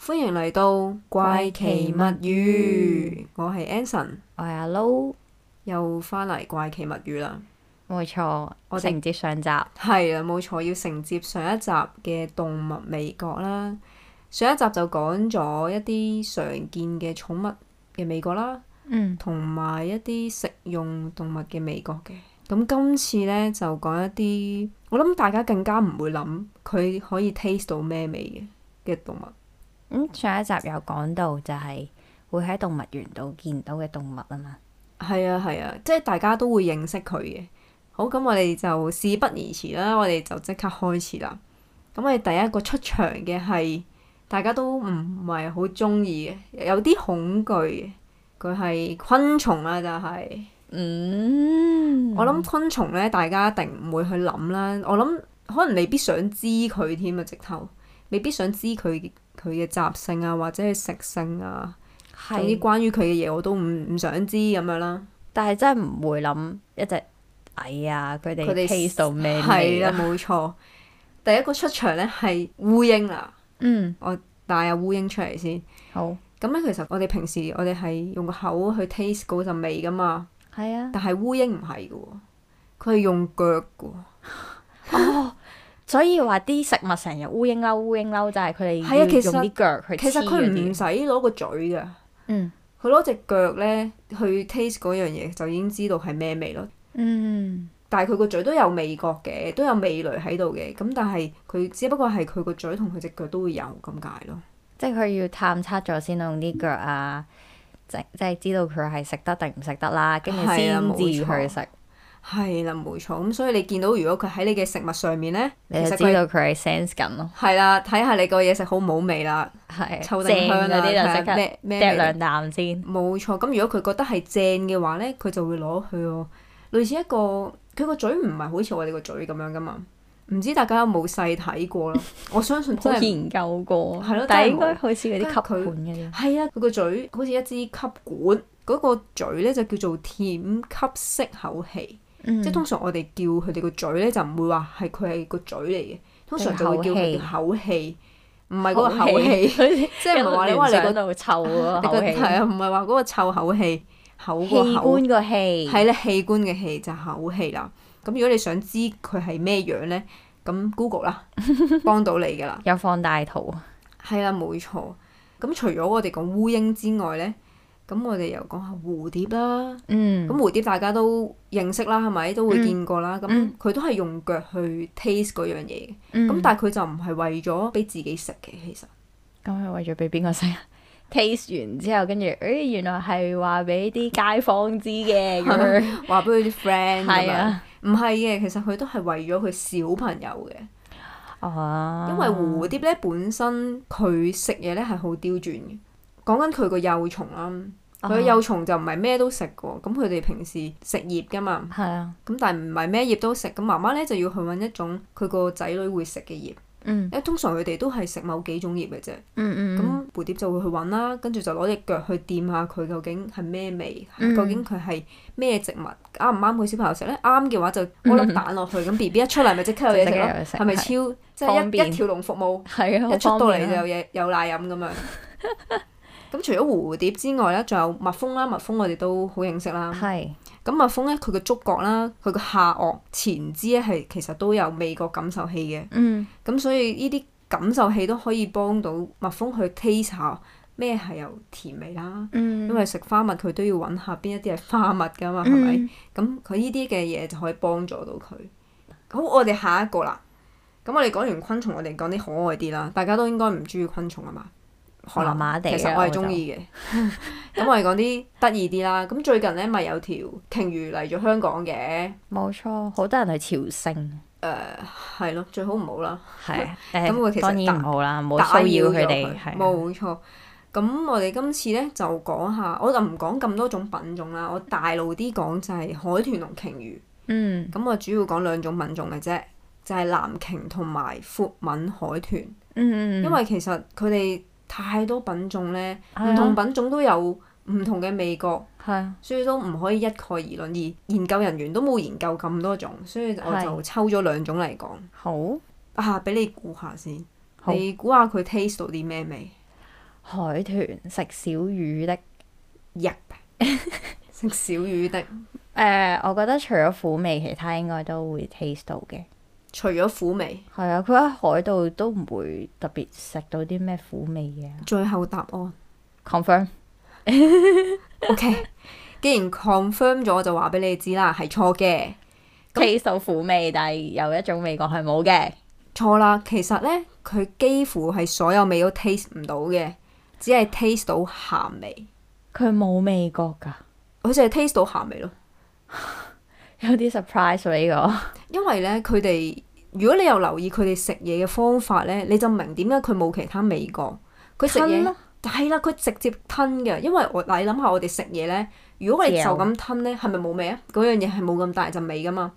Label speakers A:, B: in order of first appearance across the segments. A: 歡迎嚟到怪奇物語，我係 Anson，
B: 我係阿 Lou，
A: 又翻嚟怪奇物語啦。
B: 冇錯，
A: 我
B: 我
A: 哋
B: 承接上集，
A: 係啦，冇錯，要承接上一集嘅動物美國啦。上一集就講咗一啲常見嘅寵物嘅美國啦，
B: 嗯，
A: 同埋一啲食用動物嘅美國嘅。咁今次呢，就講一啲，我諗大家更加唔會諗佢可以 taste 到咩味嘅嘅動物。
B: 咁上一集有講到就係會喺動物園度見到嘅動物啊嘛，
A: 係啊係啊，即係大家都會認識佢嘅。好，咁我哋就事不宜遲啦，我哋就即刻開始啦。咁我哋第一個出場嘅係大家都唔係好中意嘅，有啲恐懼嘅。佢係昆蟲啦，就係、
B: 嗯
A: 我諗昆蟲咧，大家一定唔會去諗啦。我諗可能未必想知佢添啊，直頭未必想知佢佢嘅習性啊，或者係食性啊，總之
B: 係，
A: 關於佢嘅嘢我都唔唔想知咁樣啦。
B: 但係真係唔會諗一隻蟻啊，佢哋
A: 佢哋
B: taste 到咩味
A: 係啦，
B: 啊，
A: 冇錯。第一個出場咧係烏蠅啊啦，
B: 嗯，
A: 帶阿烏蠅出嚟先。
B: 好，
A: 咁咧其實我哋平時我哋係用個口去 taste 嗰陣味噶嘛，
B: 係啊，
A: 但係烏蠅唔係嘅喎，佢係用腳嘅喎。
B: 哦所以話啲食物成日烏蠅嬲烏蠅嬲，就係佢哋
A: 係啊
B: 要
A: 其實
B: 用啲腳去
A: 其實
B: 黐
A: 佢
B: 嗰
A: 唔
B: 啲，
A: 使攞個嘴嘅，
B: 嗯
A: 佢攞隻腳咧去 taste 嗰樣嘢就已經知道係咩味咯。
B: 嗯，
A: 但係佢個嘴都有味覺嘅，都有味蕾喺度嘅。咁但係佢只不過係佢個嘴同佢隻腳都會有咁解咯。
B: 即係佢要探測咗先用啲腳啊，即即係知道佢係食得定唔食得啦，跟住
A: 係啊
B: 先
A: 冇
B: 至
A: 錯
B: 去食。
A: 係啦，冇錯。咁所以你見到如果佢喺你嘅食物上面咧，
B: 你就
A: 其實
B: 知
A: 佢
B: 道佢係 sense 緊咯，
A: 係啦，睇下你個嘢食好唔好味啦，
B: 係
A: 臭
B: 正
A: 定香
B: 嗰
A: 啦，睇
B: 啲就
A: 下
B: 即刻
A: 咩咩
B: 掟
A: 味
B: 兩啖先。
A: 冇錯。咁如果佢覺得係正嘅話咧，佢就會攞去喎。類似一個佢個嘴唔係好似我哋個嘴咁樣噶嘛，唔知大家有冇細睇過 啦？我相信真
B: 冇
A: 係
B: 研究過，
A: 係咯
B: 但係
A: 真係
B: 應該好似嗰啲吸盤
A: 跟
B: 嗰啲，
A: 係啊，佢個嘴好似一支吸管，嗰個嘴咧就叫做舔吸式口器。
B: 嗯
A: 即係通常我哋叫佢哋個嘴咧，就唔會話係佢係個嘴嚟嘅，通常就會叫佢哋口氣，唔係嗰個口氣，
B: 氣，
A: 即係唔係話你話你個
B: 喺度臭嗰個
A: 你個
B: 口氣，
A: 係啊，唔係話嗰個臭口氣，口個
B: 器
A: 口
B: 官個氣，
A: 係咧器官嘅氣就口氣啦。咁如果你想知佢係咩樣咧，咁 Google 啦，幫到你㗎啦。
B: 有放大圖，啊
A: 係啦，冇錯。咁除咗我哋講烏蠅之外咧，咁我哋又講下蝴蝶啦。
B: 嗯
A: 咁，蝴蝶大家都認識啦，係咪都會
B: 嗯
A: 見過啦？咁
B: 嗯
A: 佢都係用腳去 taste 嗰樣嘢嘅，咁、
B: 咁
A: 但係佢就唔係為咗俾自己食嘅，其實
B: 咁係為咗俾邊個食啊？taste 完之後，跟住，誒原來係話俾啲街坊知嘅咁樣，
A: 話俾佢啲 friend 咁
B: 係
A: 樣，
B: 啊，
A: 唔係嘅，其實佢都係為咗佢小朋友嘅，
B: 哦，
A: 因為蝴蝶咧本身佢食嘢咧係好刁鑽嘅，講緊佢個幼蟲啦，
B: 哦啊
A: 佢個幼蟲就唔係咩都食嘅喎，咁佢哋平時食葉㗎嘛。
B: 係啊，
A: 咁但係唔係咩葉都食，咁媽媽咧就要去揾一種佢個仔女會食嘅葉，
B: 嗯
A: 因為通常佢哋都係食某幾種葉嘅啫。
B: 嗯嗯，
A: 咁蝴蝶就會去揾啦，跟住就攞隻腳去掂下佢究竟係咩味，
B: 嗯
A: 究竟佢係咩植物，啱唔啱佢小朋友食咧？啱嘅話就屙粒蛋落去， 咁 B B 一出嚟咪即刻有嘢食咯，
B: 嗯就即刻有嘢食
A: 係咪超即
B: 方
A: 係
B: 便
A: 一一條龍服務，
B: 係啊，
A: 一出
B: 好
A: 到嚟
B: 方便
A: 就
B: 啊
A: 有嘢有奶飲咁 樣。咁除咗蝴蝶之外咧，仲有蜜蜂啦，蜜蜂我哋都好認識啦。
B: 係
A: 咁蜜蜂咧，佢嘅觸角啦，佢嘅下顎前肢咧係其實都有味覺感受器嘅。
B: 嗯
A: 咁所以呢啲感受器都可以幫到蜜蜂去 taste 下咩係有甜味啦。
B: 嗯
A: 因為食花蜜佢都要揾下邊一啲係花蜜噶嘛，係咪、
B: 嗯
A: 咁佢呢啲嘅嘢就可以幫助到佢。好，我哋下一個啦。咁我哋講完昆蟲，我哋講啲可愛啲啦。大家都應該唔中意昆蟲啊嘛，可能
B: 麻麻地啊
A: 其實我係
B: 我就
A: 中意嘅。 咁我哋講啲得意啲啦。咁最近咧咪有條鯨魚嚟咗香港嘅，
B: 冇錯，好多人去朝聖，
A: 係咯，最好唔好啦。
B: 係啊，
A: 咁佢其實
B: 誒當然唔
A: 打
B: 好啦，冇
A: 打
B: 騷
A: 擾咗
B: 擾佢哋，係啊
A: 冇錯。咁我哋今次咧就講下，我就唔講咁多種品種啦，我大路啲講就係海豚同鯨魚。
B: 嗯
A: 咁我主要講兩種品種嘅啫，就係、藍鯨同埋闊吻海豚。
B: 嗯，
A: 因為其實佢哋太多品種咧，
B: 係啊
A: 唔同品種都有唔同嘅味覺，
B: 係啊
A: 所以都唔可以一概而論。而研究人員都冇研究咁多種，所以我
B: 係
A: 就抽咗兩種嚟講。
B: 好
A: 啊，俾你估下先，
B: 好
A: 你估下佢 taste 到啲咩味？
B: 海豚食小魚的。
A: 入食小魚的，
B: 誒、我覺得除咗苦味，其他應該都會 taste 到嘅。
A: 除咗苦味，
B: 係啊，佢喺海度都唔會特別食到啲咩苦味嘅。
A: 最後答案。
B: confirm
A: OK，既 然 confirm 咗，我就話俾你知啦，係錯嘅。
B: taste 到苦味，但係有一種味覺係冇嘅。
A: 錯啦，其實呢，佢幾乎係所有味都 taste 唔到嘅，只係 taste 到鹹味，
B: 佢冇味覺㗎，
A: 好似係 taste 到鹹味咯。
B: 有啲 surprise 喎呢
A: 因為呢，佢哋如果你有留意佢哋食嘢嘅方法呢，你就明點解佢冇其他味覺。佢
B: 個。
A: 食
B: 吞
A: 嘢
B: 咯
A: 係啦，佢直接吞嘅，因為我嗱你諗下我哋食嘢呢，如果我哋
B: 嚼
A: 就咁吞呢，係咪冇味啊？嗰樣嘢係冇咁大陣味噶嘛，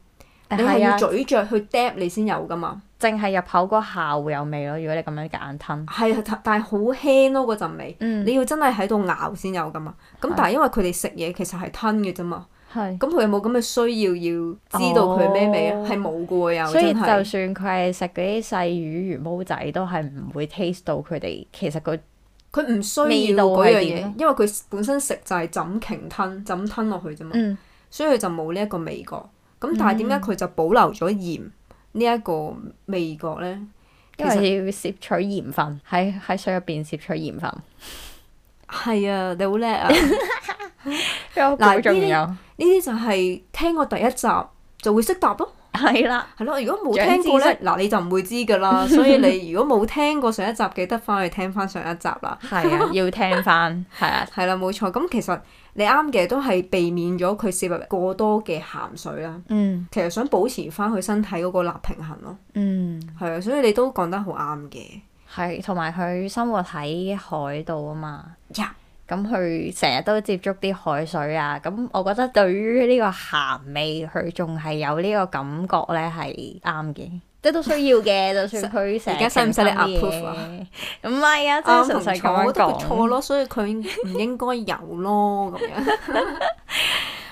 A: 你係
B: 係
A: 要
B: 啊，
A: 咀嚼去嗒你先有噶嘛。
B: 淨係入口嗰下會有味咯。如果你咁樣夾硬吞，
A: 係啊，但係好輕咯嗰陣味，
B: 嗯，
A: 你要真係喺度咬先有噶嘛。咁
B: 係
A: 但係因為佢哋食嘢其實係吞嘅啫嘛，
B: 係。
A: 咁佢有冇咁嘅需要要知道佢咩味啊？
B: 哦
A: 係冇嘅喎又，
B: 所以
A: 真
B: 就
A: 係
B: 算佢係食嗰啲細魚魚毛仔，都係唔會 taste 到佢哋其實個
A: 佢唔需
B: 味
A: 要
B: 道
A: 嗰
B: 係
A: 樣
B: 點啊
A: 嘢，因為佢本身食就係就咁鯨吞，就咁吞落去啫嘛，
B: 嗯
A: 所以佢就冇呢一個味覺。咁但係點解佢就保留咗鹽呢一個味覺咧？
B: 因為要攝取鹽分喺喺水入邊攝取鹽分。
A: 係啊，你好叻 啊！
B: 有
A: 嗱
B: 仲
A: 呢啲
B: 有
A: 呢啲就係聽過第一集就會識答咯。
B: 係啦，
A: 係咯，如果冇
B: 長
A: 聽過
B: 知
A: 咧，嗱你就唔會知㗎 啦。所以你如果冇聽過上一集，記得翻去聽翻上一集啦。
B: 係啊，要聽翻 係啊，
A: 係啦，冇錯。咁其實你啱嘅，都係避免咗佢攝入過多嘅鹹水啦。
B: 嗯
A: 其實想保持翻佢身體嗰個立平衡咯。
B: 嗯，
A: 係啊，所以你都講得好啱嘅。
B: 係同埋佢生活喺海度啊嘛。
A: 呀
B: 咁佢成日都接觸啲海水啊，咁我覺得對於呢個鹹味，佢仲係有呢個感覺咧，係啱嘅，即係都需要 嘅。就算佢成日
A: 而家使唔使你
B: 傾心啲
A: approve 啊
B: 嘢？唔係啊，即係純粹
A: 啱
B: 咁樣
A: 同錯都
B: 講。
A: 錯咯，所以佢唔應該有咯咁 樣。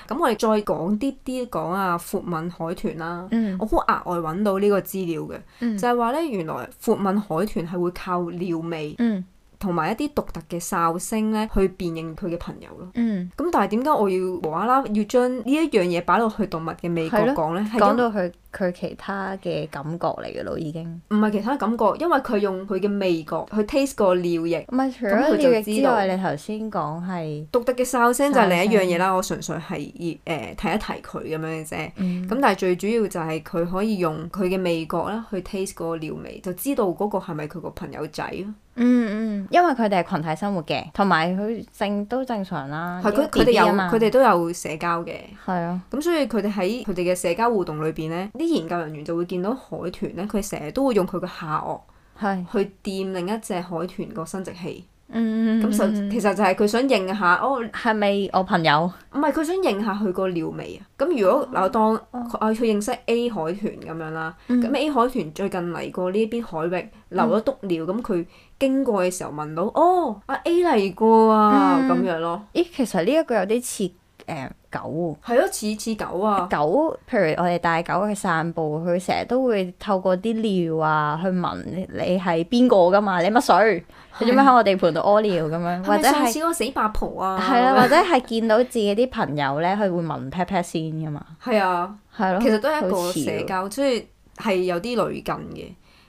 A: 咁我哋再講啲啲講啊，闊吻海豚啦。
B: 嗯
A: 我好額外揾到呢個資料嘅，
B: 嗯
A: 就係話咧，原來闊吻海豚係會靠尿味
B: 嗯
A: 同埋一啲獨特嘅哨聲咧，去辨認佢嘅朋友咯。
B: 嗯，
A: 咁但係點解我要無啦啦要將呢一樣嘢擺落去動物嘅味覺
B: 係咯
A: 講咧？係
B: 講
A: 因
B: 到佢佢其他嘅感覺嚟嘅咯，已經。
A: 唔係其他感覺，因為佢用佢嘅味覺去 taste 個尿液。
B: 唔啊係除
A: 咁佢就
B: 咗尿液
A: 知
B: 之
A: 道
B: 外，你頭先講係
A: 獨特嘅哨聲就係另一樣
B: 哨
A: 嘢啦，我純粹係要誒提一提佢咁樣嘅啫。
B: 嗯
A: 咁但係最主要就係佢可以用佢嘅味覺啦，去 taste 嗰個尿味，就知道嗰個係咪佢個朋友仔咯。
B: 嗯嗯，因為佢哋係群體生活嘅，同埋佢正都正常啦。
A: 係佢
B: 因為
A: 佢哋有
B: BB 啊嘛
A: 佢哋都有社交嘅，
B: 係啊，
A: 咁所以佢哋喺佢哋嘅社交互動裏邊咧，啲研究人員就會見到海豚咧，佢成日都會用佢嘅下顎
B: 係
A: 去掂另一隻海豚個生殖器，
B: 嗯
A: 咁就、
B: 嗯
A: 其實就係佢想認下哦，
B: 係咪我朋友？
A: 唔係佢想認下佢個尿味啊。咁如
B: 哦
A: 果嗱當啊佢認識 A 海豚咁樣啦，
B: 嗯
A: 咁、A 海豚最近嚟過呢邊海域留咗篤尿，咁佢、經過嘅時候聞到哦，阿 A 嚟過啊
B: 嗯
A: 咁、樣咯，
B: 咦，其實呢一個有啲似誒狗
A: 係咯似似狗
B: 喎。
A: 啊，
B: 狗，譬如我哋帶狗去散步，佢成日都會透過啲尿啊去聞你係邊個噶嘛？你乜水？你做咩喺我地盤度屙尿咁樣？
A: 或
B: 或
A: 者
B: 者
A: 上
B: 係
A: 次嗰個死八婆啊，
B: 係啦，
A: 咁樣
B: 或者係見到自己啲朋友咧，佢會聞 pat pat 先噶嘛？
A: 係啊。
B: 係咯，
A: 其實都係一
B: 哦好
A: 個
B: 似喎
A: 社交，所以係有啲類近嘅，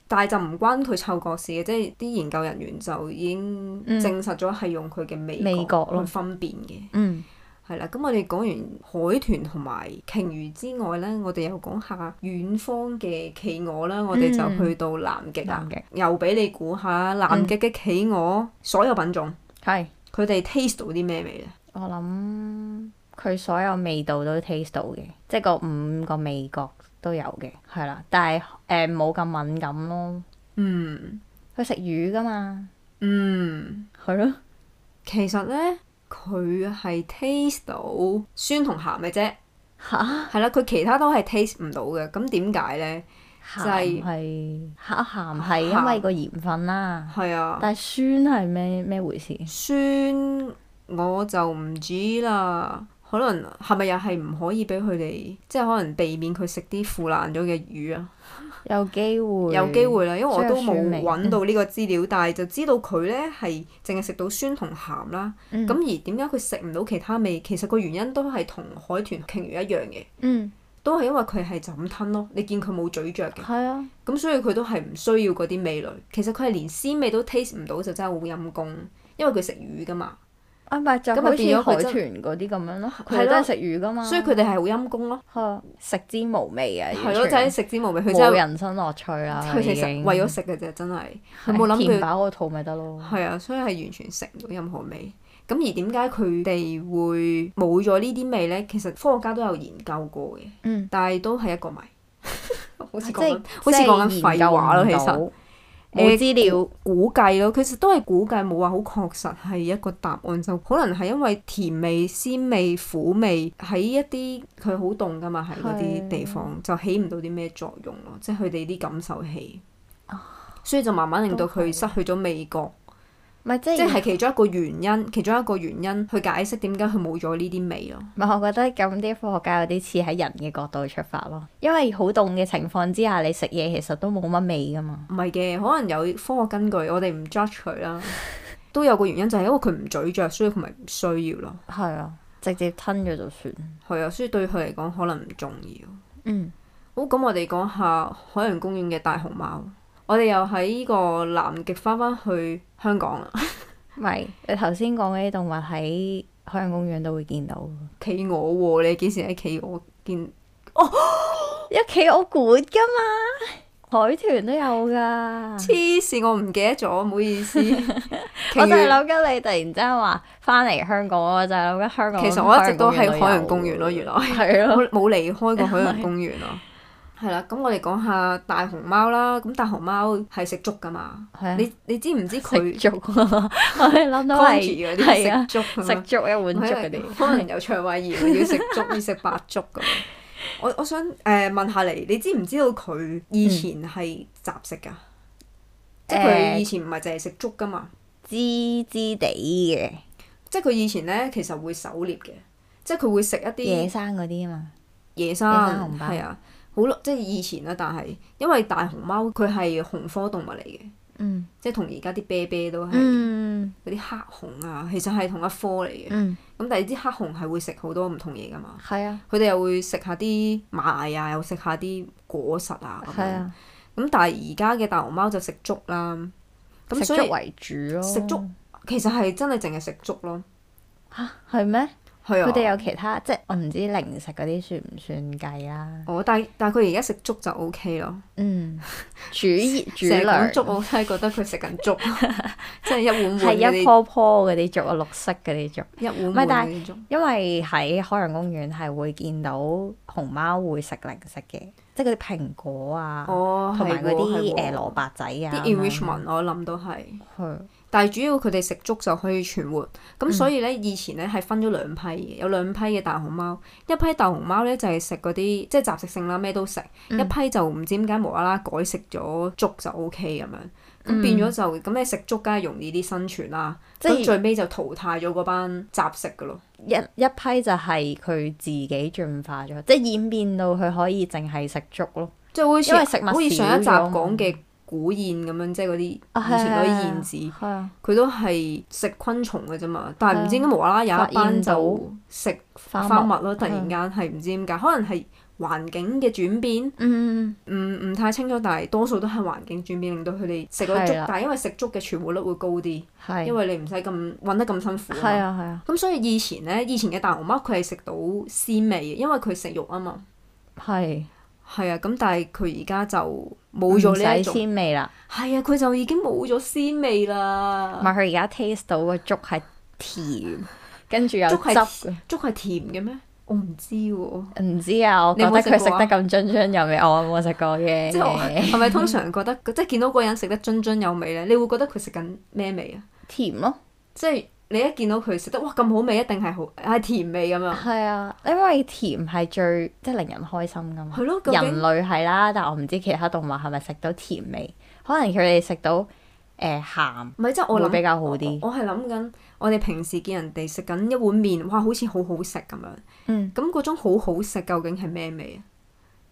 A: 但係就唔關佢嗅覺事嘅，即係啲研究人員就已經
B: 嗯
A: 證實咗係用佢嘅味
B: 味覺
A: 覺
B: 咯
A: 去分辨嘅。
B: 嗯
A: 係啦，咁我哋講完海豚同埋鯨魚之外咧，我哋又講下遠方嘅企鵝啦，我哋
B: 嗯
A: 就去到南極啦
B: 南極，
A: 又俾你估下南極嘅企鵝所有品種，
B: 係。
A: 佢哋 taste 到啲咩味咧？
B: 我諗佢所有味道都 taste 到嘅，即係個五個味覺都有嘅，係啦。但係誒冇咁敏感咯。
A: 嗯
B: 佢食魚噶嘛，
A: 嗯。
B: 係咯，
A: 其實咧，佢係 taste 到酸同鹹嘅啫。
B: 嚇
A: 係啦，佢其他都係 taste 唔到嘅。咁點解咧？就係
B: 鹹係嚇鹹係因為個鹽分啦，
A: 係啊，
B: 但係酸係咩咩回事？
A: 酸我就唔知啦。可能係咪又係唔可以俾佢哋，即係可能避免佢食啲腐爛咗嘅魚啊？
B: 有機會，
A: 有機會啦，因為我
B: 所以
A: 都
B: 有
A: 冇
B: 酸味
A: 揾到呢個資料，但係就知道佢呢係淨係食到酸同鹹啦。
B: 嗯。
A: 咁、而點解佢食唔到其他味？其實個原因都係同海豚、鯨魚一樣嘅，
B: 嗯，
A: 都係因為佢係就咁吞咯。你見佢冇咀嚼嘅，
B: 係啊，
A: 咁所以佢都係唔需要嗰啲味蕾。其實佢係連鮮味都 taste 唔到，就真係好陰功。因為佢食魚噶嘛，
B: 啊咪就
A: 咁咪
B: 好似
A: 變咗
B: 海
A: 佢
B: 豚嗰啲咁樣咯，
A: 係
B: 佢哋都
A: 咯
B: 係食魚噶嘛，
A: 所以佢哋係好陰功咯。
B: 係啊食之無味啊，
A: 係咯，就係
B: 完全
A: 食之無味，佢真
B: 冇
A: 係
B: 人生樂趣啦，
A: 佢
B: 已
A: 其實
B: 經
A: 為咗食嘅啫，真係。佢
B: 係
A: 冇諗
B: 填
A: 佢
B: 飽個肚咪得咯，
A: 係啊，所以係完全食唔到任何味。咁而點解佢哋會冇咗呢啲味呢？其實科學家都有研究過嘅，
B: 嗯，
A: 但係都係一個謎。 好
B: 即
A: 似講緊
B: 係
A: 好似講緊廢話咯，其實
B: 實冇資料，
A: 估計咯，其實都係估計，冇話好確實係一個答案，就可能係因為甜味、鮮味、苦味喺一啲佢好凍噶嘛，喺嗰啲
B: 係
A: 地方就起唔到啲咩作用咯，即係佢哋啲感受器，所以就慢慢令到佢
B: 啊都係
A: 失去咗味覺。
B: 咪即
A: 即
B: 係
A: 係其中一個原因，其中一個原因去解釋點解佢冇咗呢啲味咯。
B: 唔係，我覺得咁啲科學家有啲似喺人嘅角度出發咯，因為好凍嘅情況之下，你食嘢其實都冇乜味噶嘛。
A: 唔係嘅，可能有科學根據，我哋唔 judge 佢 啦。都有個原因就係因為佢唔咀嚼，所以佢咪唔需要咯。
B: 係啊，直接吞咗就算。
A: 係啊，所以對佢嚟講可能唔重要。
B: 嗯，
A: 好，咁我哋講下海洋公園嘅大熊貓。我哋又喺呢個南極翻返去香港啊啦，
B: 咪你頭先講嗰啲動物喺海洋公園都會見到，
A: 企鵝喎、你幾時喺企鵝見？
B: 有企鵝館噶嘛，海豚都有噶。
A: 黐線，我唔記得咗，唔好意思。我
B: 我就係諗緊你突然之間話翻嚟香港，我就係諗緊香港。
A: 其實我一直都喺海洋公園
B: 園
A: 咯，原來
B: 係咯，
A: 冇冇離開過海洋公園 咯。係啦，咁我哋講下大熊貓啦。咁大熊貓係食粥噶嘛？
B: 係啊，
A: 你你知唔知
B: 食
A: 佢
B: 粥 啊！我哋諗到
A: congee
B: 係
A: 嗰
B: 係啊
A: 啲食，粥咁樣
B: 食粥一碗粥嗰
A: 係
B: 啲
A: 啊。可能有腸胃炎要食粥，要食白粥 咁。我我想誒、呃問下你，你知唔知道佢以前係雜食㗎？即係佢
B: 誒
A: 以前唔係淨係食粥㗎嘛？
B: 滋滋地嘅
A: 即係佢以前咧其實會狩獵嘅，即係佢會食一啲
B: 野生嗰啲啊嘛，
A: 野生，
B: 野生熊貓
A: 係啊，好耐即係以前啦，但係因為大熊貓佢係熊科動物嚟嘅，
B: 嗯
A: 即係同而家啲啤啤都係
B: 嗯
A: 嗰啲黑熊啊，其實係同一科嚟嘅。咁、
B: 嗯，
A: 但係啲黑熊係會食好多唔同嘢噶嘛，
B: 係啊
A: 佢哋又會食下啲螞蟻啊，又食下啲果實啊咁樣。
B: 係啊，
A: 咁但係而家嘅大熊貓就食粥啦，咁
B: 食
A: 所
B: 粥
A: 以
B: 為主咯，
A: 食粥其實係真係淨係食粥咯。
B: 嚇係咩？
A: 係啊，
B: 佢哋有其他即係我唔知零食嗰啲算唔算計啊啦？
A: 哦，但係但係佢而家食粥就 O K 咯。
B: 嗯，煮熱煮
A: 成日講粥，
B: 涼
A: 我真係覺得佢食緊 粥，即係一碗
B: 係
A: 碗嗰啲
B: 一棵棵嗰啲粥啊，綠色嗰啲粥。
A: 一
B: 唔
A: 碗
B: 係
A: 碗
B: 但
A: 嗰啲粥。
B: 因為喺海洋公園係會見到熊貓會食零食嘅，即係嗰啲蘋果啊，
A: 哦，
B: 同
A: 係
B: 埋嗰啲誒
A: 蘿
B: 蘿蔔仔啊，
A: 啲
B: 咁樣
A: enrichment 我諗都係，
B: 係
A: 但係主要佢哋食粥就可以存活。咁
B: 嗯
A: 所以咧，以前咧係分咗兩批嘅，有兩批嘅大熊貓，一批大熊貓咧就係食嗰啲即係雜食性啦，咩都食；
B: 嗯
A: 一批就唔知點解無啦啦改食咗粥就 O K 咁樣。咁
B: 嗯
A: 變咗就咁，你食粥梗係容易啲生存啦。
B: 即
A: 咁
B: 係
A: 最尾就淘汰咗嗰班雜食噶咯。
B: 一一批就係佢自己進化咗，即係演變到佢可以淨係食粥咯。
A: 即係好似
B: 因為食物
A: 好似上一集
B: 少咗嘛
A: 講嘅古燕咁樣，即係嗰啲
B: 啊係
A: 以前嗰啲燕子，
B: 係啊，
A: 佢都係食昆蟲嘅啫嘛。但係唔知
B: 係
A: 點解無啦啦有一
B: 發
A: 班
B: 現到
A: 就食
B: 花
A: 花
B: 蜜
A: 蜜咯，突然間係唔知點解，可能係環境嘅轉變，
B: 嗯
A: 唔唔太清楚，但係多數都係環境轉變令到佢哋食咗粥
B: 係啦，
A: 但係因為食粥嘅存活率會高啲，
B: 係
A: 因為你唔使咁揾得咁辛苦
B: 係
A: 嘛。
B: 啊係啊
A: 咁所以以前咧，以前嘅大熊貓佢係食到鮮味嘅，因為佢食肉啊嘛。
B: 係
A: 係啊，咁但係佢而家就冇咗呢一
B: 唔使
A: 種。
B: 鮮味啦，
A: 係啊，佢就已經冇咗鮮味啦
B: 唔。係佢而家 taste 到個粥係甜，跟住有汁
A: 粥係
B: 嘅。
A: 粥係甜嘅咩？我唔知喎、
B: 唔知啊，我
A: 你
B: 覺
A: 有冇
B: 得佢
A: 食
B: 食
A: 過啊
B: 得咁津津有味，我冇食過嘅。
A: 即係我係咪通常覺得即係見到嗰個人食得津津有味咧，你會覺得佢食緊咩味啊？
B: 甜咯，
A: 即係你一見到佢食得哇咁好味，一定係好係甜味咁樣。
B: 係啊，因為甜係最即係令人開心噶嘛。
A: 係咯，究
B: 人
A: 竟
B: 類係啦，但我唔知其他動物係咪食到甜味，可能佢哋食到誒鹹
A: 唔係即係我
B: 會
A: 諗
B: 比較好啲。
A: 我係諗緊，我哋平時見人哋食緊一碗麵，哇，好似好好食咁樣。
B: 嗯，
A: 咁嗰種好好食究竟係咩味啊？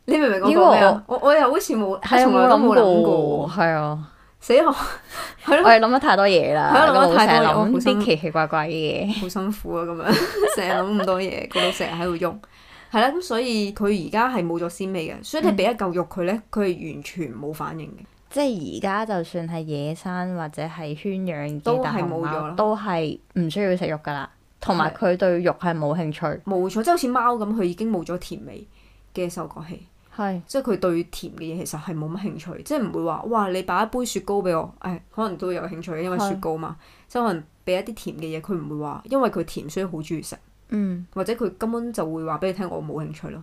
A: 你明唔明我講咩啊？我我又好似冇，
B: 啊
A: 係從來都冇諗過。
B: 係 啊，
A: 死 我係
B: 我
A: 咯，
B: 哋啊諗得太多嘢啦，
A: 係咯諗得太多嘢我
B: 咁
A: 好
B: 我成日諗
A: 心
B: 啲奇奇怪怪嘅嘢。
A: 好辛苦啊咁樣， 成日諗咁多嘢，個腦成日喺度喐。係啦，咁所以佢而家係冇咗鮮味嘅，所以你俾一嚿肉佢咧，佢係完全冇反應嘅。
B: 即係而家就算係野生或者係圈養
A: 都
B: 嘅大
A: 係
B: 熊
A: 冇咗
B: 貓，
A: 啦
B: 都係唔需要食肉㗎啦。同埋佢對肉係冇興趣，
A: 冇錯，即係好似貓咁，佢已經冇咗甜味嘅嗅覺器，
B: 係
A: 即係佢對甜嘅嘢其實係冇乜興趣，即係唔會話哇你擺一杯雪糕俾我，誒、可能都有興趣，因為
B: 係
A: 雪糕嘛，即係可能俾一啲甜嘅嘢，佢唔會話因為佢甜所以好中意食，
B: 嗯，
A: 或者佢根本就會話俾你聽我冇興趣咯，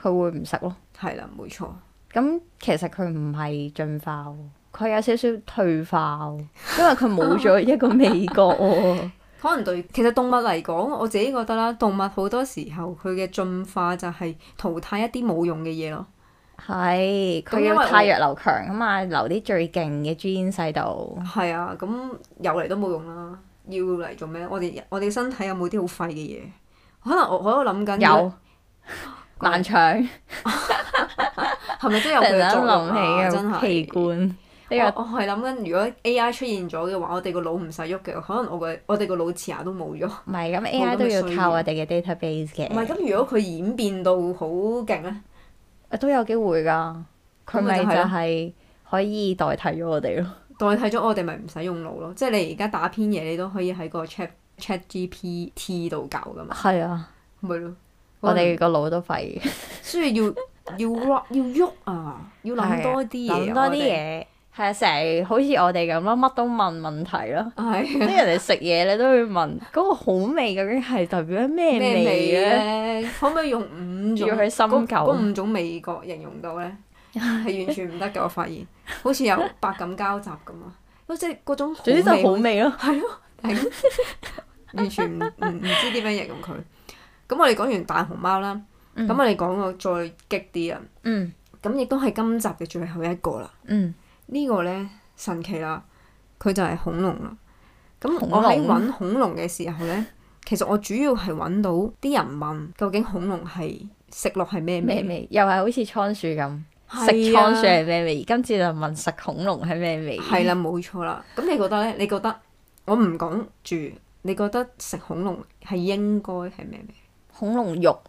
B: 佢會唔食咯。
A: 係啦，冇錯，
B: 咁其實佢唔係進化喎，佢有少少退化喎，因為佢冇咗一個味覺喎。
A: 可能對其實動物嚟講，我自己覺得啦，動物好多時候佢嘅進化就係淘汰一啲冇用嘅嘢咯，
B: 係，
A: 咁
B: 佢
A: 因為
B: 要
A: 我
B: 汰弱留強啊嘛，留啲最勁嘅 gene 喺度。
A: 係啊，咁有嚟都冇用啦，要嚟做咩？我哋我哋身體有冇啲好廢嘅嘢？可能我我喺度諗緊，
B: 有盲腸，
A: 係咪都有
B: 突
A: 佢嘅
B: 然間
A: 作用啊？
B: 諗起
A: 真
B: 嘅
A: 係
B: 器官，呢
A: 我
B: 個
A: 我係諗緊，如果 AI 出現咗嘅話，我哋個腦唔使喐嘅，可能我個我哋個腦遲下都冇咗。
B: 唔係
A: 冇咁
B: 咁 AI
A: 嘅
B: 都要
A: 需要
B: 靠我哋嘅 database 嘅。
A: 唔係咁，如果佢演變到好勁咧，
B: 啊都有機會㗎，佢咪就係可以代替咗我哋咯。
A: 代替咗我哋咪唔使用腦咯。即係你而家打篇嘢，你都可以喺個 Chat Chat GPT 度搞噶嘛，
B: 係啊，
A: 咪咯。
B: 我哋個腦都廢，
A: 所以要要 rock 要喐啊，要諗多啲嘢啊，
B: 諗多啲
A: 我哋。
B: 嘢，係啊，成日好似我哋咁咯，乜都問問題 咯。
A: 係
B: 即係人哋食嘢，你都會問嗰個好味究竟係代表咩
A: 咩味
B: 味咧？
A: 咧？可唔可以用五種
B: 要去深究
A: 嗰嗰五種味覺形容到咧？係完全唔得嘅，我發現好似有百感交集咁啊！咁即係嗰種好
B: 總之就好
A: 味，
B: 味咯。
A: 係完全唔唔唔知點樣形容佢。咁我哋講完大熊貓啦，咁
B: 咁啊
A: 我哋講個再激啲啊！
B: 嗯
A: 咁亦都係今集嘅最後一個啦。
B: 嗯，
A: 呢個呢，神奇啦，佢就係恐龍啦。咁
B: 恐
A: 我喺
B: 龍
A: 揾恐龍嘅時候呢，其實我主要係揾到啲人問究竟恐龍係食落係咩
B: 嗯咩
A: 味？
B: 味？又係好似倉鼠咁，食
A: 係啊
B: 倉鼠係咩味？今次就問食恐龍係咩味？
A: 係啦，冇錯啦。咁你覺得呢？你覺得我唔講住，你覺得食恐龍係應該係咩味？
B: 恐龍肉、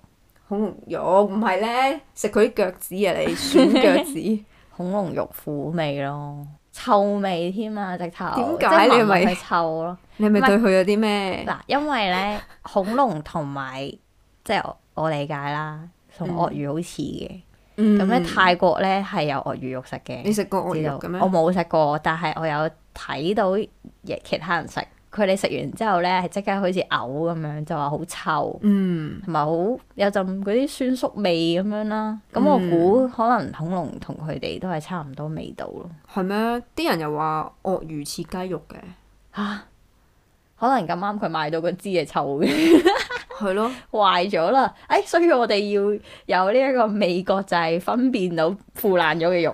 A: 恐龍肉唔係呢，食佢啲腳趾啊！你選腳 趾，
B: 恐龍肉苦味咯，臭味添啊！直頭
A: 點解
B: 即係聞
A: 你咪
B: 落去臭咯？
A: 你係咪
B: 唔係
A: 對佢有啲咩？
B: 嗱，因為 咧恐龍同埋即係我我理解啦，
A: 嗯
B: 同鱷魚好似嘅。咁
A: 咁
B: 咧泰國咧係有鱷魚肉食嘅。
A: 你食過鱷魚
B: 知
A: 肉
B: 道
A: 嘅咩
B: 我？冇食過，但係我有睇到其他人食，佢哋食完之後咧係即刻好似嘔咁樣，就話好臭，
A: 嗯，
B: 同埋好有陣嗰啲酸縮味咁樣啦。咁
A: 嗯
B: 我估可能恐龍同佢哋都係差唔多味道咯。
A: 係咩？啲人又話鱷魚似雞肉嘅。
B: 嚇、可能咁啱佢買到個枝係臭嘅，
A: 係 咯，
B: 壞咗啦。誒、所以我哋要有呢一個味覺，就係分辨到腐爛咗嘅肉，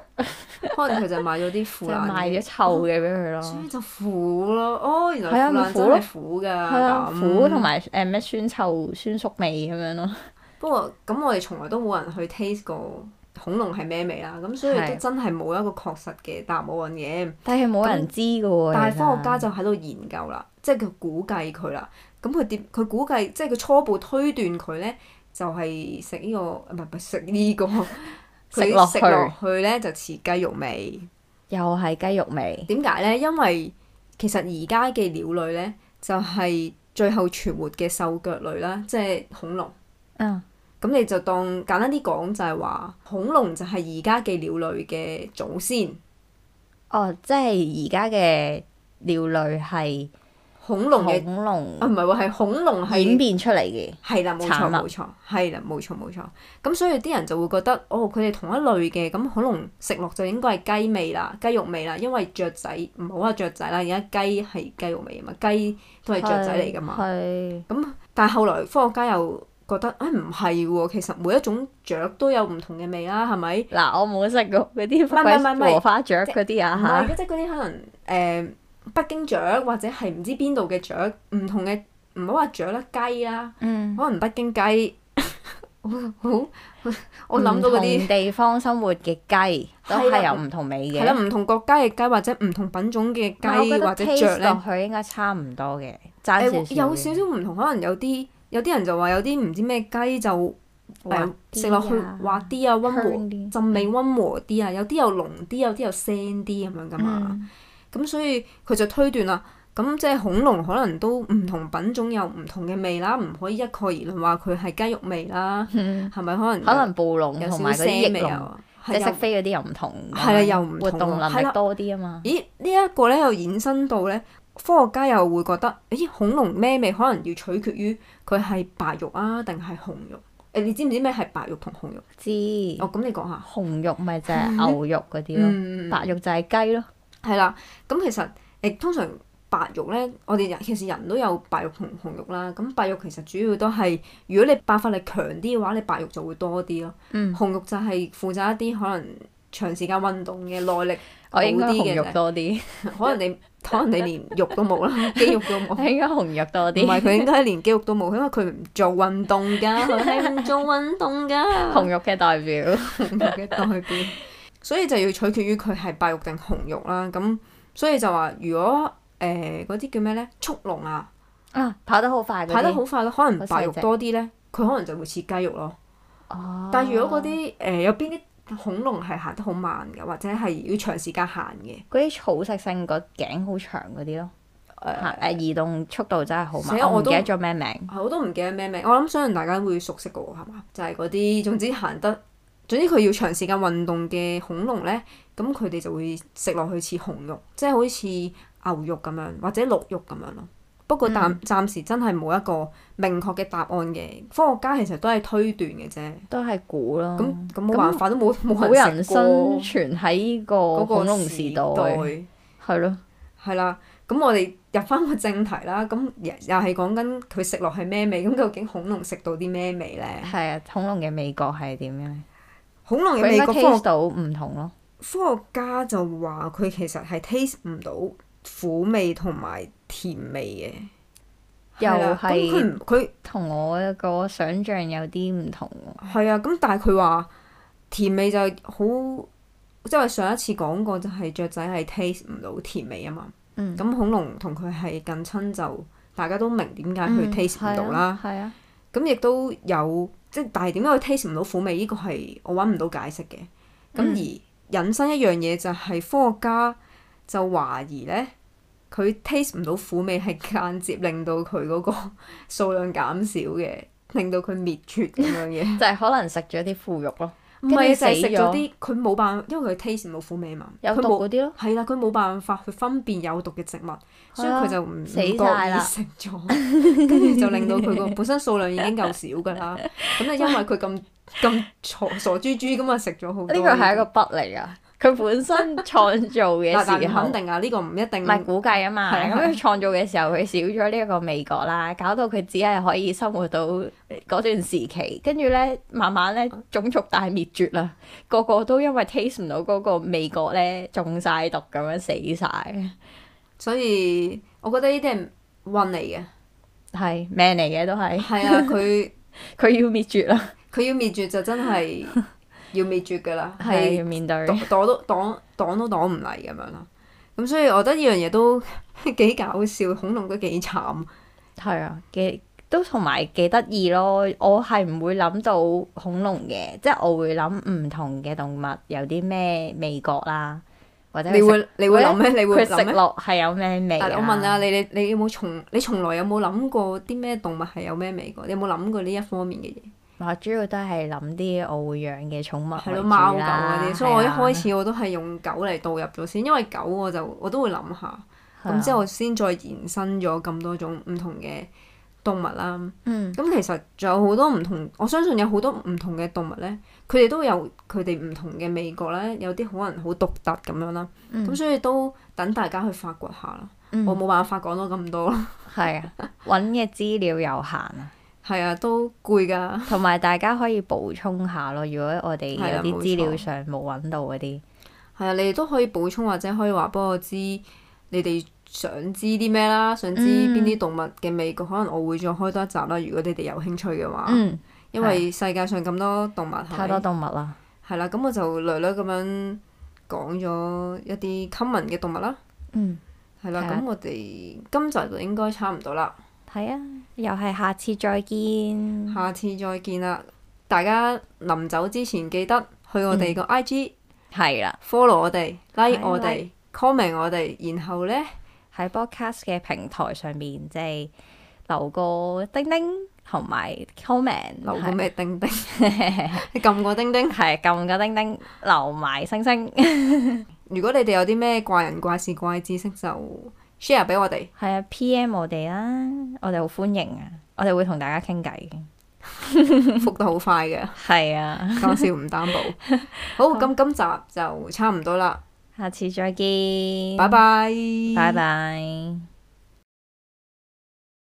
A: 可能佢就買咗啲
B: 即
A: 腐
B: 係
A: 爛
B: 賣
A: 嘅
B: 咗臭嘅俾佢咯。
A: 所以就苦咯。哦，原
B: 係
A: 來
B: 啊
A: 腐
B: 咪
A: 爛
B: 苦
A: 真
B: 咯
A: 係苦噶，
B: 係啊，
A: 咁
B: 苦同。埋誒咩酸臭酸縮味咁樣咯。
A: 不過咁，我哋從來都冇人去 taste 過恐龍係咩味啦，咁所以
B: 係
A: 都真係冇一個確實嘅答案嘅。
B: 但係冇人知嘅喎。
A: 但係
B: 其實
A: 科學家就喺度研究啦，即係佢估計佢啦。咁佢點？佢估計即係佢初步推斷佢咧，就係食呢個唔係唔係食呢 個，
B: 食落
A: 佢食
B: 去
A: 落去咧就似雞肉味。
B: 又係雞肉味，
A: 點解咧？因為其實而家嘅鳥類咧，就係、最後存活嘅獸腳類啦，即係恐龍。
B: 嗯，
A: 咁你就當簡單啲講，就係話恐龍就係而家嘅鳥類嘅祖先，
B: 哦，即係而家嘅鳥類係
A: 恐龍嘅
B: 恐
A: 啊，唔
B: 龍
A: 係喎，係恐龍
B: 演
A: 係
B: 變出嚟嘅，
A: 係啦，冇錯
B: 產物
A: 冇錯，係啦，冇錯冇錯。咁所以啲人就會覺得，哦，佢哋同一類嘅，咁恐龍食落就應該係雞味啦，雞肉味啦，因為雀仔唔好話雀仔啦，而家雞係雞肉味啊嘛，雞都係雀仔嚟噶嘛。
B: 係
A: 但係後來科學家又覺得，誒唔係喎，其實每一種雀都有唔同嘅味啦，係咪？
B: 嗱，我冇食過嗰啲
A: 係唔係唔係
B: 鬼禾花雀嗰啲
A: 唔係
B: 啊
A: 嘅，即係嗰啲可能誒北京雀或者係唔知邊度嘅雀，唔同嘅唔好話雀啦，雞啦，
B: 嗯，
A: 可能北京雞， 好好我諗到嗰
B: 唔
A: 啲
B: 同地方生活嘅雞都
A: 係
B: 係
A: 啦
B: 有唔同味嘅
A: 係。啦，唔同國家嘅雞或者唔同品種嘅
B: 但我覺
A: 雞
B: 得
A: 或者
B: taste
A: 雀咧
B: 落，去應該差唔多嘅，爭
A: 誒
B: 少少。
A: 有少少唔同，可能有啲有啲人就話有啲唔知咩雞就誒食落去滑啲啊，温
B: 啊香
A: 和
B: 啲
A: 浸味温和啲啊，有啲又濃啲，有啲又腥啲咁樣噶嘛。
B: 嗯
A: 咁所以佢就推斷啦，咁即係恐龍可能都唔同品種有唔同嘅味啦，唔可以一概而論話佢係雞肉味啦，
B: 嗯
A: 係咪可能
B: 可能暴龍
A: 有
B: 同
A: 少
B: 埋
A: 少
B: 嗰啲翼
A: 腥味
B: 龍，
A: 啊？
B: 即
A: 係
B: 係識
A: 有
B: 飛嗰啲又唔同咁樣，
A: 係啦又唔同啊
B: 活動能
A: 係
B: 力
A: 啦
B: 多啲啊嘛。
A: 咦？呢一個咧又衍生到咧，科學家又會覺得，咦？恐龍咩味可能要取決於佢係白肉啊，定係紅肉？誒，你知唔知咩係白肉同紅肉？
B: 知嗯
A: 哦，咁你講下。
B: 紅肉咪就係牛肉嗰啲咯，
A: 嗯，
B: 白肉就係雞咯。
A: 係啦。咁其實誒，通常白肉咧，我哋人其實人都有白肉同紅肉啦。咁白肉其實主要都係，如果你爆發力強啲嘅話，你白肉就會多啲咯。
B: 嗯，
A: 紅肉就係負責一啲可能長時間運動嘅耐力，
B: 我應該
A: 好啲
B: 紅
A: 嘅
B: 肉多啲，
A: 可能你可能你連肉都冇啦， 肌肉都冇。
B: 應該紅肉多
A: 哦唔
B: 啲。
A: 係佢應該係連肌肉都冇，因為佢唔做運動 㗎，佢係唔做運動㗎。
B: 紅肉嘅代表，
A: 紅肉嘅代表，所以就要取決於佢係白肉定紅肉啦。咁所以就話，如果誒嗰啲叫咩咧，速龍啊，
B: 啊，跑得好快嗰啲。
A: 排得好快咯，可能白肉
B: 好細隻
A: 多啲咧，佢可能就會似雞肉咯。
B: 哦。
A: 但係如果嗰啲誒有邊啲恐龍係行得好慢嘅，或者係要長時間行嘅，
B: 嗰啲草食性個頸好長嗰啲咯，嚇誒移動速度真係好
A: 死啦
B: 慢，我
A: 我
B: 唔
A: 都
B: 記得咗咩名。
A: 啊係我都唔記得咩名，我諗相信大家會熟悉嘅喎，係嘛？就係嗰啲總之行得，總之佢要長時間運動嘅恐龍咧，咁佢哋就會食落去似紅肉，即係好似牛肉咁樣或者鹿肉咁樣咯。不
B: 嗯
A: 過暫暫時真係冇一個明確嘅答案嘅，科學家其實都係推斷嘅啫。
B: 都係估咯。
A: 咁咁冇辦法都冇冇
B: 冇哦人
A: 人食
B: 生
A: 過
B: 存喺呢個
A: 嗰個
B: 恐龍時代，
A: 代
B: 係咯，
A: 係啦，咁我哋入翻個正題啦。咁又又係講緊佢食落係咩味？咁究竟恐龍食到啲咩味咧？
B: 係啊，恐龍嘅味覺係點樣呢？
A: 恐龍嘅
B: 佢應
A: 味
B: 該
A: 覺科
B: taste
A: 學
B: 到唔同咯。
A: 科學家就話佢其實係 taste 唔到苦味同埋甜味嘅，
B: 又
A: 係啦
B: 係
A: 咁佢唔佢
B: 同我一個想像有啲唔同喎。
A: 係啊，咁但係佢話甜味就係好，即係上一次講過就係雀仔係 taste 唔到甜味啊嘛。
B: 嗯
A: 咁恐龍同佢係近親就大家都明點解佢 taste 唔到啦。
B: 嗯係啊，
A: 咁亦都有即係，但係點解佢 taste 唔到苦味？呢個係我揾唔到解釋嘅。咁、
B: 嗯
A: 而引申一樣嘢就係科學家就懷疑呢，佢 taste 唔到苦味係間接令到佢嗰個數量減少嘅，令到佢滅絕咁樣嘅。
B: 就係可能食咗啲腐肉咯，
A: 唔係啊
B: 跟
A: 就
B: 住
A: 係
B: 死
A: 食咗啲佢冇辦法，因為佢 taste 唔到苦味嘛，
B: 有
A: 佢
B: 毒
A: 冇
B: 嗰啲咯，
A: 係啦，佢冇辦法去分辨有毒嘅植物，所以佢就唔唔
B: 啊死
A: 覺意
B: 晒啦
A: 食咗，跟住就令到佢個本身數量已經夠少㗎啦。咁就因為佢 咁咁傻傻豬豬咁啊，食咗好多。
B: 呢個係一個筆嚟㗎。佢本身創造 嘅
A: 嗱，但
B: 時
A: 唔
B: 候
A: 肯。定啊，呢個唔一定
B: 唔。係估計啊嘛，
A: 係
B: 咁佢創造嘅時候佢少咗呢一個味覺啦，搞到佢只係可以生活到嗰段時期，跟住咧慢慢咧種族大滅絕啦，個個都因為 taste 唔到嗰個味覺咧中晒毒咁樣死晒。
A: 所以我覺得呢啲係運嚟嘅，
B: 係命嚟嘅都係，
A: 係啊，佢
B: 佢要滅絕啦，
A: 佢要滅絕就真係 要滅絕㗎啦，
B: 係
A: 係
B: 要面對。
A: 擋擋都擋擋都擋唔嚟咁樣啦。咁所以我覺得呢樣嘢都 幾搞笑，恐龍都幾慘。
B: 係啊，幾都同埋幾得意咯。我係唔會諗到恐龍嘅，即係我會諗唔同嘅動物有啲咩味覺啦，或者佢
A: 你
B: 食
A: 會你會諗咩？你會
B: 佢
A: 諗
B: 食
A: 咩？
B: 落係有咩味啊？
A: 但我問下你，你你有冇從你從來有冇諗過啲咩動物係有咩味覺？你有冇諗過呢一方面嘅嘢？
B: 我主要都係諗啲我會養嘅寵物
A: 係
B: 為
A: 咯，
B: 主
A: 貓狗嗰
B: 啦
A: 啲，所以我一開
B: 係啊
A: 始我都係用狗嚟導入咗先，因為狗我就我都會諗下，
B: 啊
A: 咁之後先再延伸咗咁多種唔同嘅動物啦。
B: 嗯
A: 咁其實仲有好多唔同，我相信有好多唔同嘅動物咧，佢哋都有佢哋唔同嘅味覺咧，有啲可能好獨特咁樣啦。
B: 嗯
A: 咁所以都等大家去發掘下啦。
B: 嗯
A: 我冇辦法講到咁多啦，
B: 係啊，揾嘅資料有限啊，
A: 係啊，都攰㗎。
B: 同埋大家可以補充下咯。如果我哋
A: 係
B: 有
A: 啊
B: 啲
A: 冇
B: 資料
A: 錯
B: 上冇揾到嗰啲，
A: 係啊，你哋都可以補充或者可以話俾我知，你哋想知啲咩啦，想知
B: 嗯
A: 邊啲動物嘅味覺，可能我會再開多一集啦。如果你哋有興趣嘅話，
B: 嗯，
A: 因為世界上咁多動物，啊係
B: 太
A: 咪
B: 多動物啦。
A: 係啦，咁我就略略咁樣講咗一啲 common 嘅動物啦。
B: 嗯，
A: 係啦，
B: 係啦
A: 咁我哋今集就應該差唔多啦，
B: 係啊，又係下次再見。
A: 下次再見啦。大家臨走之前記得去我
B: 嗯
A: 哋個 IG、
B: 係啦，
A: follow 我哋、like
B: like
A: 我哋、comment 我哋，然後呢，
B: 喺 podcast 嘅平台上面，即係留個叮叮同埋 comment，
A: 留個
B: 係啊
A: 咩叮叮，你撳個叮叮。
B: 係撳個叮叮，留埋星星。
A: 如果你哋有啲咩怪人怪事怪知識，就 share 俾我 哋。
B: 係啊，P.M 我哋啦，我哋好歡迎啊，我哋會同大家傾偈嘅。
A: 覆得好快嘅，
B: 係啊，
A: 講笑唔擔保。好，咁今集就差唔多啦，
B: 下次再見，
A: 拜拜，
B: 拜拜。